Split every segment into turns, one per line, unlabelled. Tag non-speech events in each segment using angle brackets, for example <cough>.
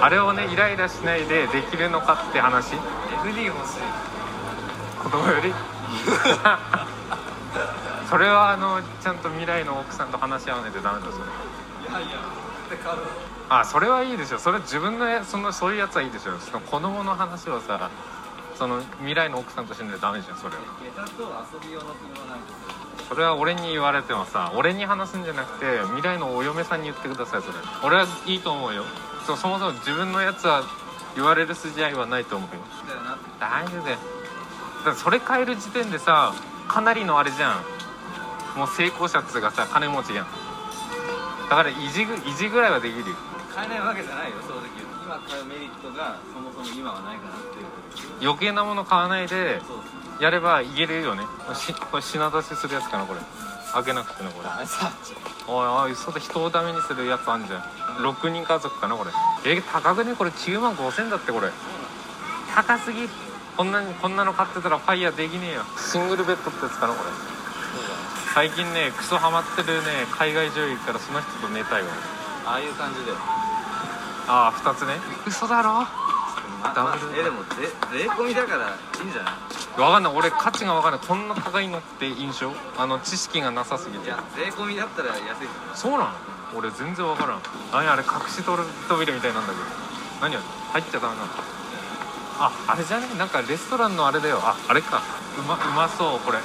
あれをねイライラしないでできるのかって話
FD 欲しい
子供より <laughs> それはあのちゃんと未来の奥さんと話し合わないとダメだそれ
いやいやで買う
あそれはいいでしょそれ自分のそのそういうやつはいいでしょその子供の話をさその未来の奥さんとしてんでダメじゃんそれは
下駄と遊び用の車なんか
それは俺に言われてもさ俺に話すんじゃなくて未来のお嫁さんに言ってくださいそれ俺はいいと思うよそうそもそも自分のやつは言われる筋合いはないと思うよ
だよな
大丈夫だよだからそれ変える時点でさかなりのあれじゃんもう成功者っつうかさ金持ちやんだから維持ぐ維持ぐらいはできるよ
買えないわけじゃないよ正直言うと今買うメリットがそもそも今はないかなっていう
余計なもの買わないで
そうですね
やれば言えるよねしこれ品出しするやつかなこれ開けなくてねこれ
あさ
おいおいそうだ人をダメにするやつあんじゃん6人家族かなこれえ高くねこれ9万5千だってこれ高すぎこんなにこんなの買ってたらファイヤーできねえよシングルベッドってやつかなこれ最近ねクソハマってるね海外女優からその人と寝たいわ
ああいう感じで
ああ2つね嘘だろダブル
えでもぜ税込みだからいいんじゃない
わかんない俺価値がわかんないこんな高いのって印象あの知識がなさすぎ
い
て
や税込みだったら安いですよ
そうなの俺全然わからん何あれ隠し扉みたいなんだけど何あれ入っちゃダメなのああれじゃねなんかレストランのあれだよああれかうまうまそうこれあ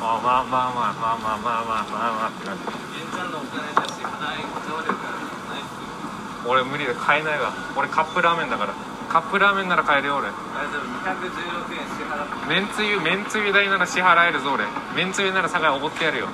まあまあまあまあまあまあまあまあまあって感じ
現ちゃんのお金じゃ支払い倒れるからないっすよ
俺無理で買えないわ俺カップラーメンだからカップラーメンなら買えるよ俺
大丈夫216円支払って
めんつゆめんつゆ代なら支払えるぞ俺めんつゆなら酒井おごってやるよ